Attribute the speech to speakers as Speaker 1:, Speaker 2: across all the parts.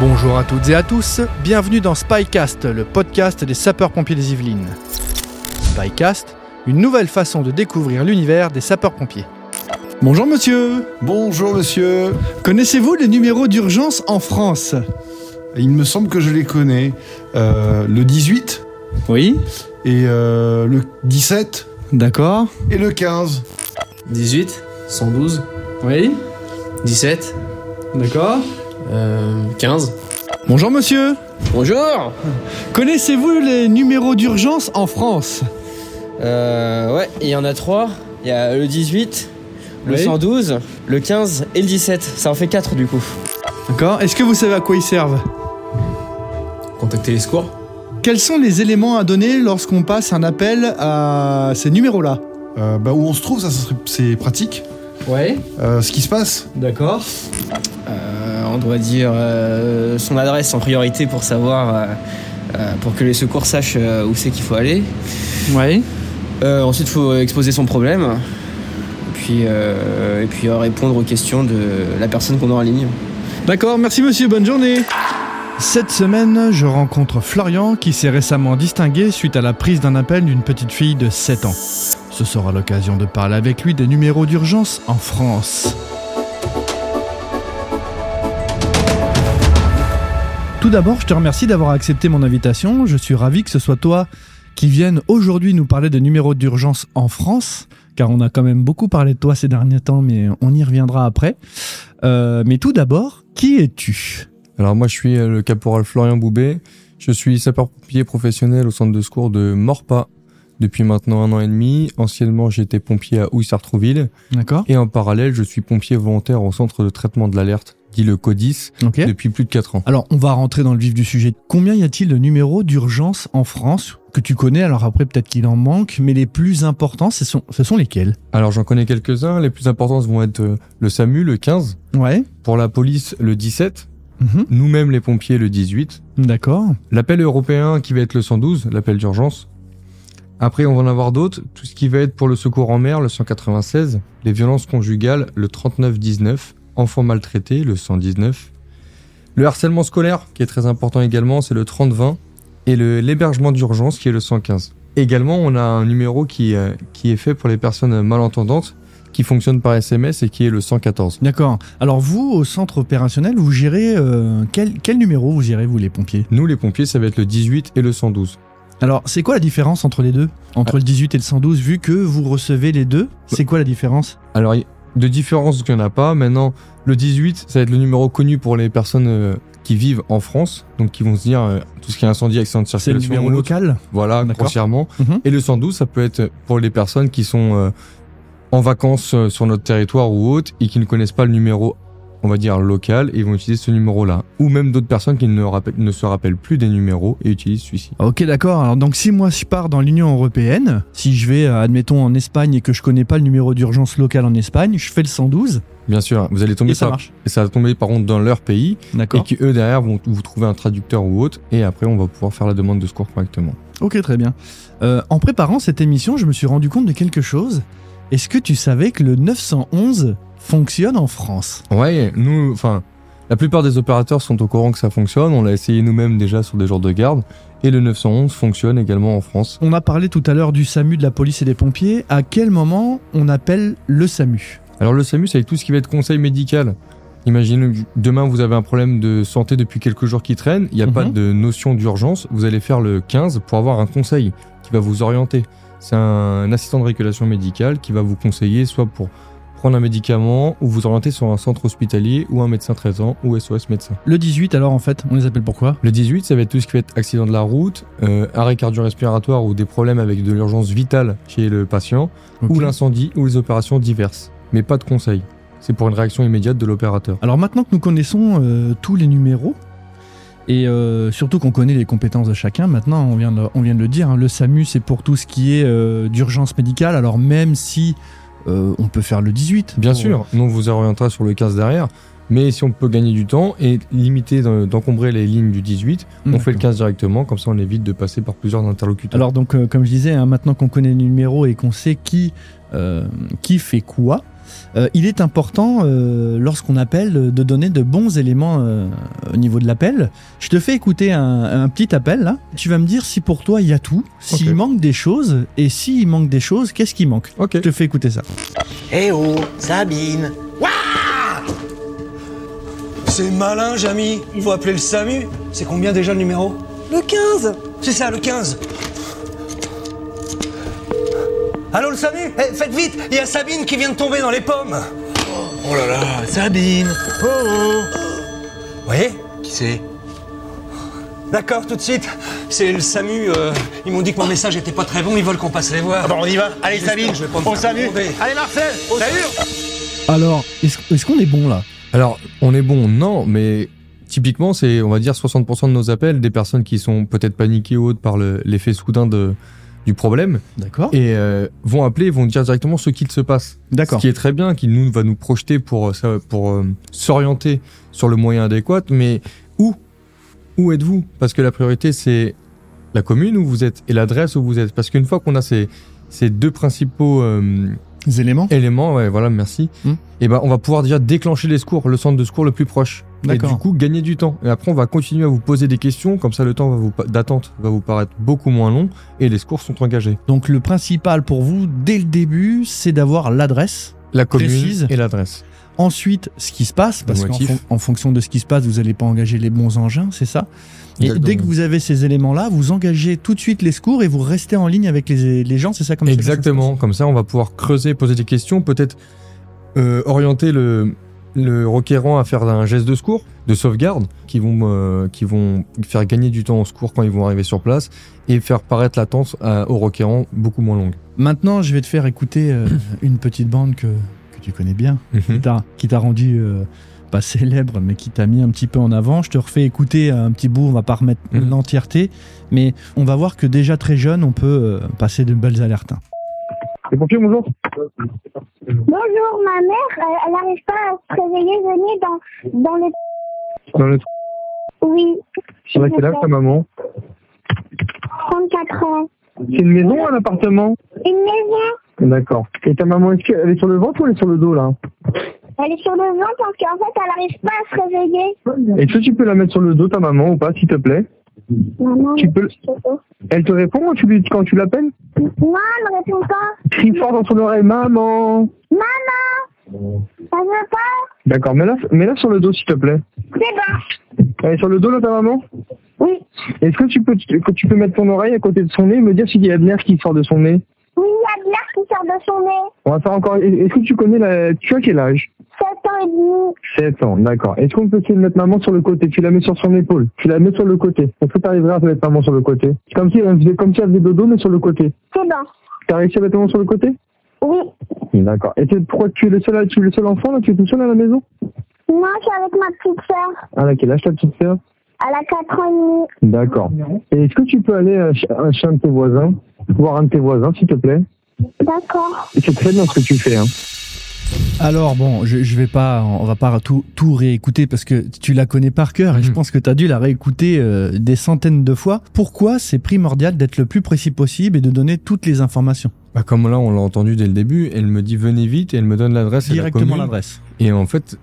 Speaker 1: Bonjour à toutes et à tous, bienvenue dans Spycast, le podcast des sapeurs-pompiers des Yvelines. Spycast, une nouvelle façon de découvrir l'univers des sapeurs-pompiers.
Speaker 2: Bonjour monsieur,
Speaker 3: Bonjour monsieur,
Speaker 2: connaissez-vous les numéros d'urgence en France
Speaker 3: il me semble que je les connais. Euh, le 18
Speaker 2: Oui,
Speaker 3: et euh, le 17
Speaker 2: d'accord.
Speaker 3: et le 15.
Speaker 4: 18, 112,
Speaker 2: Oui,
Speaker 4: 17,
Speaker 2: d'accord.
Speaker 4: euh, 15.
Speaker 2: Bonjour monsieur,
Speaker 4: Bonjour
Speaker 2: connaissez-vous les numéros d'urgence en France
Speaker 4: euh, Ouais, il y en a 3. Il y a le 18, le
Speaker 2: Oui.
Speaker 4: 112, le 15 et le 17. Ça en fait 4 du coup.
Speaker 2: D'accord, est-ce que vous savez à quoi ils servent
Speaker 4: Contacter les secours
Speaker 2: Quels sont les éléments à donner lorsqu'on passe un appel à ces numéros-là
Speaker 3: Euh, bah, où on se trouve, ça, ça serait- c'est pratique.
Speaker 4: Ouais.
Speaker 3: Euh, ce qui se passe
Speaker 2: D'accord.
Speaker 4: on doit dire euh, son adresse en priorité pour savoir. euh, euh, pour que les secours sachent euh, où c'est qu'il faut aller.
Speaker 2: Oui.
Speaker 4: Euh, ensuite, il faut exposer son problème. Puis, euh, et puis euh, répondre aux questions de la personne qu'on aura en ligne.
Speaker 2: D'accord, merci monsieur, bonne journée.
Speaker 1: Cette semaine, je rencontre Florian qui s'est récemment distingué suite à la prise d'un appel d'une petite fille de 7 ans. Ce sera l'occasion de parler avec lui des numéros d'urgence en France. Tout d'abord, je te remercie d'avoir accepté mon invitation. Je suis ravi que ce soit toi qui vienne aujourd'hui nous parler des numéros d'urgence en France, car on a quand même beaucoup parlé de toi ces derniers temps, mais on y reviendra après. Euh, mais tout d'abord, qui es-tu
Speaker 5: Alors moi je suis euh, le caporal Florian Boubet, je suis sapeur-pompier professionnel au centre de secours de Morpa depuis maintenant un an et demi. Anciennement j'étais pompier à Houille-Sartrouville
Speaker 1: D'accord.
Speaker 5: et en parallèle je suis pompier volontaire au centre de traitement de l'alerte, dit le CODIS,
Speaker 1: Ok.
Speaker 5: depuis plus de 4 ans.
Speaker 1: Alors, on va rentrer dans le vif du sujet. Combien y a-t-il de numéros d'urgence en France que tu connais Alors après, peut-être qu'il en manque, mais les plus importants, ce sont, ce sont lesquels
Speaker 5: Alors j'en connais quelques-uns, les plus importants vont être euh, le SAMU le 15,
Speaker 1: Ouais.
Speaker 5: pour la police le 17,
Speaker 1: Mhm.
Speaker 5: nous-mêmes les pompiers le 18,
Speaker 1: D'accord.
Speaker 5: L'appel européen qui va être le 112, l'appel d'urgence. Après, on va en avoir d'autres. Tout ce qui va être pour le secours en mer, le 196. Les violences conjugales, le 3919. Enfants maltraités, le 119. Le harcèlement scolaire, qui est très important également, c'est le 3020. Et le- l'hébergement d'urgence, qui est le 115. Également, on a un numéro qui, euh, qui est fait pour les personnes malentendantes, qui fonctionne par SMS et qui est le 114.
Speaker 1: D'accord. Alors vous, au centre opérationnel, vous gérez euh, quel, quel numéro vous gérez, vous, les pompiers
Speaker 5: Nous, les pompiers, ça va être le 18 et le 112.
Speaker 1: Alors, c'est quoi la différence entre les deux Entre le 18 et le 112, vu que vous recevez les deux, c'est quoi la différence
Speaker 5: Alors, y- de différence qu'il n'y en a pas. Maintenant, le 18, ça va être le numéro connu pour les personnes euh, qui vivent en France. Donc, qui vont se dire euh, tout ce qui est incendie, accident de
Speaker 1: C'est le
Speaker 5: circulation.
Speaker 1: numéro
Speaker 5: route,
Speaker 1: local
Speaker 5: Voilà,
Speaker 1: D'accord.
Speaker 5: grossièrement.
Speaker 1: Mhm.
Speaker 5: Et le 112, ça peut être pour les personnes qui sont euh, en vacances euh, sur notre territoire ou autre et qui ne connaissent pas le numéro, on va dire, local et vont utiliser ce numéro-là. Ou même d'autres personnes qui ne, rappellent- ne se rappellent plus des numéros et utilisent celui-ci.
Speaker 1: Ok, d'accord. Alors, donc, si moi je pars dans l'Union européenne, si je vais, euh, admettons, en Espagne et que je connais pas le numéro d'urgence local en Espagne, je fais le 112
Speaker 5: Bien sûr, vous allez
Speaker 1: et
Speaker 5: tomber
Speaker 1: ça
Speaker 5: par,
Speaker 1: marche.
Speaker 5: et ça va tomber par contre dans leur pays. et
Speaker 1: D'accord.
Speaker 5: qui eux derrière vont vous trouver un traducteur ou autre et après on va pouvoir faire la demande de secours correctement.
Speaker 1: Ok, très bien. Euh, en préparant cette émission, je me suis rendu compte de quelque chose. Est-ce que tu savais que le 911 fonctionne en France
Speaker 5: Ouais, nous, enfin, la plupart des opérateurs sont au courant que ça fonctionne, on l'a essayé nous-mêmes déjà sur des jours de garde et le 911 fonctionne également en France.
Speaker 1: On a parlé tout à l'heure du SAMU, de la police et des pompiers. À quel moment on appelle le SAMU
Speaker 5: Alors le SAMU c'est avec tout ce qui va être conseil médical. Imaginez que demain vous avez un problème de santé depuis quelques jours qui traîne, il n'y a pas
Speaker 1: Mhm.
Speaker 5: de notion d'urgence, vous allez faire le 15 pour avoir un conseil qui va vous orienter. C'est un assistant de régulation médicale qui va vous conseiller soit pour prendre un médicament ou vous orienter sur un centre hospitalier ou un médecin traitant ou SOS médecin.
Speaker 1: Le 18, alors en fait, on les appelle pourquoi
Speaker 5: Le 18, ça va être tout ce qui va être accident de la route, euh, arrêt cardio-respiratoire ou des problèmes avec de l'urgence vitale chez le patient, ou
Speaker 1: Ok.
Speaker 5: l'incendie ou les opérations diverses. Mais pas de conseil. C'est pour une réaction immédiate de l'opérateur.
Speaker 1: Alors maintenant que nous connaissons euh, tous les numéros, et euh, surtout qu'on connaît les compétences de chacun, maintenant on vient de, le- on vient de le dire, hein, le SAMU c'est pour tout ce qui est euh, d'urgence médicale, alors même si euh, on peut faire le 18.
Speaker 5: Bien
Speaker 1: pour-
Speaker 5: sûr, nous on vous orientera sur le 15 derrière, Mais si on peut gagner du temps et limiter d'en- d'encombrer les lignes du 18,
Speaker 1: euh, mm.
Speaker 5: on fait le 15 directement, comme ça on évite de passer par plusieurs interlocuteurs.
Speaker 1: Alors donc, euh, comme je disais, hein, maintenant qu'on connaît le numéro et qu'on sait qui, euh, qui fait quoi, euh, il est important, euh, lorsqu'on appelle, euh, de donner de bons éléments euh, au niveau de l'appel. Je te fais écouter un, un petit appel, là. Tu vas me dire si pour toi, il y a tout, s'il
Speaker 5: Ok.
Speaker 1: manque des choses, et s'il manque des choses, qu'est-ce qui manque
Speaker 5: ok,
Speaker 1: Je te fais écouter ça.
Speaker 6: Eh oh, Sabine
Speaker 7: C'est malin, Jamy. Faut appeler le SAMU. C'est combien déjà le numéro
Speaker 8: Le 15
Speaker 7: C'est ça, le 15. Allô, le SAMU Eh, Faites vite Il y a Sabine qui vient de tomber dans les pommes.
Speaker 6: Oh là là, Sabine Oh oh
Speaker 7: Vous voyez
Speaker 6: Qui c'est
Speaker 7: D'accord, tout de suite. C'est le SAMU. euh, ils m'ont dit que mon message était pas très bon. Ils veulent qu'on passe les voir.
Speaker 6: Bon, Ah bah, on y va Allez,
Speaker 7: J'espère
Speaker 6: Sabine
Speaker 7: que je vais pas me
Speaker 6: Au
Speaker 7: faire
Speaker 6: SAMU
Speaker 7: tomber.
Speaker 6: Allez, Marcel Au SAMU
Speaker 1: Alors, est-ce est-ce qu'on est bon là
Speaker 5: Alors, on est bon, non, mais typiquement, c'est, on va dire, 60% de nos appels, des personnes qui sont peut-être paniquées ou autres par le- l'effet soudain de, du problème,
Speaker 1: D'accord
Speaker 5: et euh, vont appeler, vont dire directement ce qu'il se passe. Ce
Speaker 1: D'accord.
Speaker 5: qui est très bien, qui nous, va nous projeter pour, euh, ça- pour euh, s'orienter sur le moyen adéquat, mais où Où êtes-vous Parce que la priorité, c'est la commune où vous êtes et l'adresse où vous êtes. Parce qu'une fois qu'on a ces, ces deux principaux... euh,
Speaker 1: Les éléments
Speaker 5: élément, ouais, voilà, merci.
Speaker 1: Hmm.
Speaker 5: Et ben, on va pouvoir déjà déclencher les secours, le centre de secours le plus proche. Et
Speaker 1: D'accord.
Speaker 5: du coup, gagner du temps. Et après, on va continuer à vous poser des questions, comme ça, le temps va vous pa- d'attente va vous paraître beaucoup moins long et les secours sont engagés.
Speaker 1: Donc le principal pour vous, dès le début, c'est d'avoir l'adresse.
Speaker 5: La commune
Speaker 1: Précise.
Speaker 5: et l'adresse.
Speaker 1: Ensuite, ce qui se passe, parce
Speaker 5: Le
Speaker 1: qu'en
Speaker 5: motif.
Speaker 1: fon- en fonction de ce qui se passe, vous n'allez pas engager les bons engins, c'est ça Et
Speaker 5: Exactement.
Speaker 1: dès que vous avez ces éléments-là, vous engagez tout de suite les secours et vous restez en ligne avec les, les gens, c'est ça comme ça que ça se
Speaker 5: Exactement. Comme ça, on va pouvoir creuser, poser des questions, peut-être euh, orienter le, le requérant à faire un geste de secours, de sauvegarde, qui vont, euh, qui vont faire gagner du temps au secours quand ils vont arriver sur place et faire paraître l'attente à- au requérant beaucoup moins longue.
Speaker 1: passe Maintenant, je vais te faire écouter euh, une petite bande que, que tu connais bien,
Speaker 5: Mm.
Speaker 1: qui t'a- qui t'a rendu euh, pas célèbre, mais qui t'a mis un petit peu en avant. Je te refais écouter un petit bout, on va pas remettre
Speaker 5: Mhm.
Speaker 1: l'entièreté, mais on va voir que déjà très jeune, on peut euh, passer de belles alertes. hein.
Speaker 9: Bonjour, ma mère, euh, elle n'arrive pas à se réveiller, venez dans, dans le...
Speaker 5: Dans le-
Speaker 9: Oui.
Speaker 5: Elle a quel âge ta maman
Speaker 9: 34 ans.
Speaker 5: C'est une maison ou un appartement
Speaker 9: Une maison,
Speaker 5: D'accord. Et ta maman, est-ce qu'elle est sur le ventre ou elle est sur le dos là
Speaker 9: elle est sur le vent parce qu'en fait, elle n'arrive pas à se réveiller.
Speaker 5: Est-ce que tu peux la mettre sur le dos ta maman ou pas s'il te plaît
Speaker 9: Maman,
Speaker 5: Tu peux-
Speaker 9: je sais pas.
Speaker 5: Elle te répond quand tu, lui- quand tu l'appelles
Speaker 9: Non, elle ne répond pas.
Speaker 5: Crie fort dans son oreille, maman
Speaker 9: Elle veut pas.
Speaker 5: D'accord, mets-la mets-la sur le dos s'il te plaît.
Speaker 9: C'est bon.
Speaker 5: Elle est sur le dos là ta maman
Speaker 9: Oui,
Speaker 5: Est-ce que tu peux, que tu peux mettre ton oreille à côté de son nez et me dire s'il y a de l'air qui sort de son nez
Speaker 9: oui, il y a de l'air qui sort de son nez.
Speaker 5: On va faire encore. Est-ce que tu connais la. Tu as quel âge
Speaker 9: 7 ans et demi.
Speaker 5: 7 ans, d'accord. Est-ce qu'on peut essayer de mettre maman sur le côté Tu la mets sur son épaule. Tu la mets sur le côté. Est-ce que tu arriveras à te mettre maman sur le côté Comme si elle faisait, comme si elle faisait dodo, mais sur le côté.
Speaker 9: C'est bon.
Speaker 5: T'as réussi à mettre maman sur le côté
Speaker 9: Oui.
Speaker 5: D'accord. Et tu- pourquoi tu es le seul, tu es le seul enfant là Tu es tout seul à la maison
Speaker 9: Non, je suis avec ma petite sœur.
Speaker 5: Ah, là, quel âge ta petite sœur
Speaker 9: Elle a 4 ans et demi.
Speaker 5: D'accord. Et est-ce que tu peux aller à ch- à chez un de tes voisins Voir un de tes voisins, s'il te plaît
Speaker 9: D'accord.
Speaker 5: C'est très bien ce que tu fais. Hein.
Speaker 1: Alors bon, je, je vais pas, on va pas tout, tout réécouter parce que tu la connais par cœur et je
Speaker 5: Mhm.
Speaker 1: pense que tu as dû la réécouter euh, des centaines de fois. Pourquoi c'est primordial d'être le plus précis possible et de donner toutes les informations
Speaker 5: Bah comme là, on l'a entendu dès le début, elle me dit venez vite et elle me donne l'adresse et la
Speaker 1: Directement
Speaker 5: commune.
Speaker 1: l'adresse.
Speaker 5: Et en fait,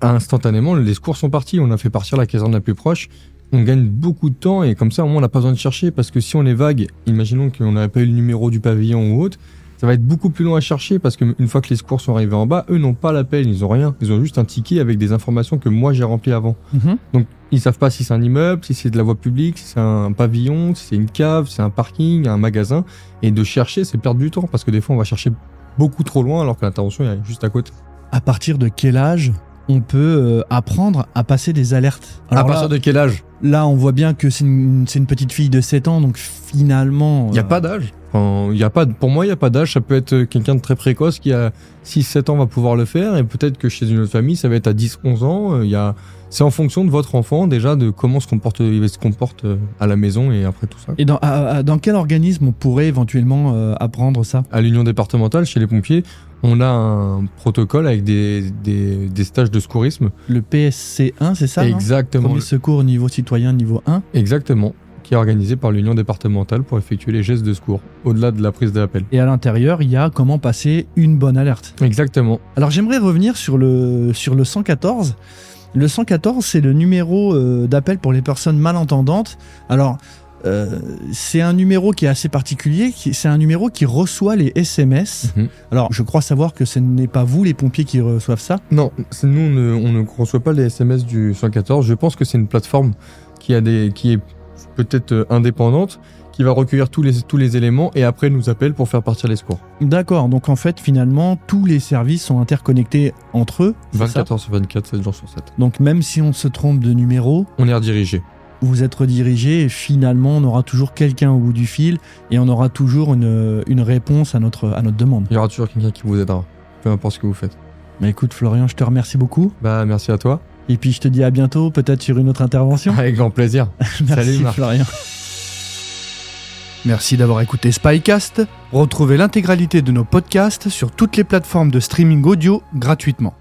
Speaker 5: instantanément, les secours sont partis. On a fait partir la caserne la plus proche. On gagne beaucoup de temps et comme ça, au moins, on n'a pas besoin de chercher parce que si on est vague, imaginons qu'on n'avait pas eu le numéro du pavillon ou autre, ça va être beaucoup plus long à chercher parce qu'une fois que les secours sont arrivés en bas, eux n'ont pas l'appel, ils n'ont rien. Ils ont juste un ticket avec des informations que moi j'ai remplies avant.
Speaker 1: Mhm.
Speaker 5: Donc, ils savent pas si c'est un immeuble, si c'est de la voie publique, si c'est un pavillon, si c'est une cave, si c'est un parking, un magasin. Et de chercher, c'est perdre du temps parce que des fois, on va chercher beaucoup trop loin alors que l'intervention est juste à côté.
Speaker 1: À partir de quel âge on peut euh, apprendre à passer des alertes
Speaker 5: à
Speaker 1: Alors là,
Speaker 5: partir de quel âge
Speaker 1: là, on voit bien que c'est une, c'est une petite fille de 7 ans, donc finalement...
Speaker 5: Il n'y a
Speaker 1: euh,
Speaker 5: pas d'âge. Enfin, y a pas, de- pour moi, il n'y a pas d'âge. Ça peut être quelqu'un de très précoce qui a 6-7 ans va pouvoir le faire. Et peut-être que chez une autre famille, ça va être à 10-11 ans. Euh, y a... C'est en fonction de votre enfant, déjà, de comment se comporte, il se comporte euh, à la maison et après tout ça.
Speaker 1: Et dans, à- à- dans quel organisme on pourrait éventuellement euh, apprendre ça
Speaker 5: À l'union départementale, chez les pompiers, On a un protocole avec des, des, des stages de secourisme.
Speaker 1: Le PSC1, c'est ça non
Speaker 5: exactement.
Speaker 1: Premier secours niveau citoyen niveau 1.
Speaker 5: Exactement. Qui est organisé par l'Union départementale pour effectuer les gestes de secours, au-delà de la prise d'appel.
Speaker 1: Et à l'intérieur, il y a comment passer une bonne alerte.
Speaker 5: Exactement.
Speaker 1: Alors j'aimerais revenir sur le, sur le 114. Le 114, c'est le numéro euh, d'appel pour les personnes malentendantes. Alors, euh, c'est un numéro qui est assez particulier. qui- C'est un numéro qui reçoit les SMS.
Speaker 5: Mhm.
Speaker 1: Alors, je crois savoir que ce n'est pas vous, les pompiers, qui reçoivent ça.
Speaker 5: Non, c'est- nous, on ne, on ne reçoit pas les SMS du 114. Je pense que c'est une plateforme qui, a des, qui est peut-être euh, indépendante, qui va recueillir tous les, tous les éléments et après nous appelle pour faire partir les secours.
Speaker 1: D'accord. Donc, en fait, finalement, tous les services sont interconnectés entre eux. c'est ça
Speaker 5: 24 heures sur 24, 7 jours sur 7.
Speaker 1: Donc, même si on se trompe de numéro,
Speaker 5: On est redirigé.
Speaker 1: vous êtes redirigé et finalement, on aura toujours quelqu'un au bout du fil et on aura toujours une, euh, une réponse à notre, à notre demande.
Speaker 5: Il y aura toujours quelqu'un qui vous aidera, peu importe ce que vous faites.
Speaker 1: Mais écoute, Florian, je te remercie beaucoup.
Speaker 5: Bah, merci à toi.
Speaker 1: Et puis, je te dis à bientôt, peut-être sur une autre intervention.
Speaker 5: Avec grand plaisir.
Speaker 1: Merci
Speaker 5: Salut, Marc.
Speaker 1: Florian. Merci d'avoir écouté Spycast. Retrouvez l'intégralité de nos podcasts sur toutes les plateformes de streaming audio gratuitement.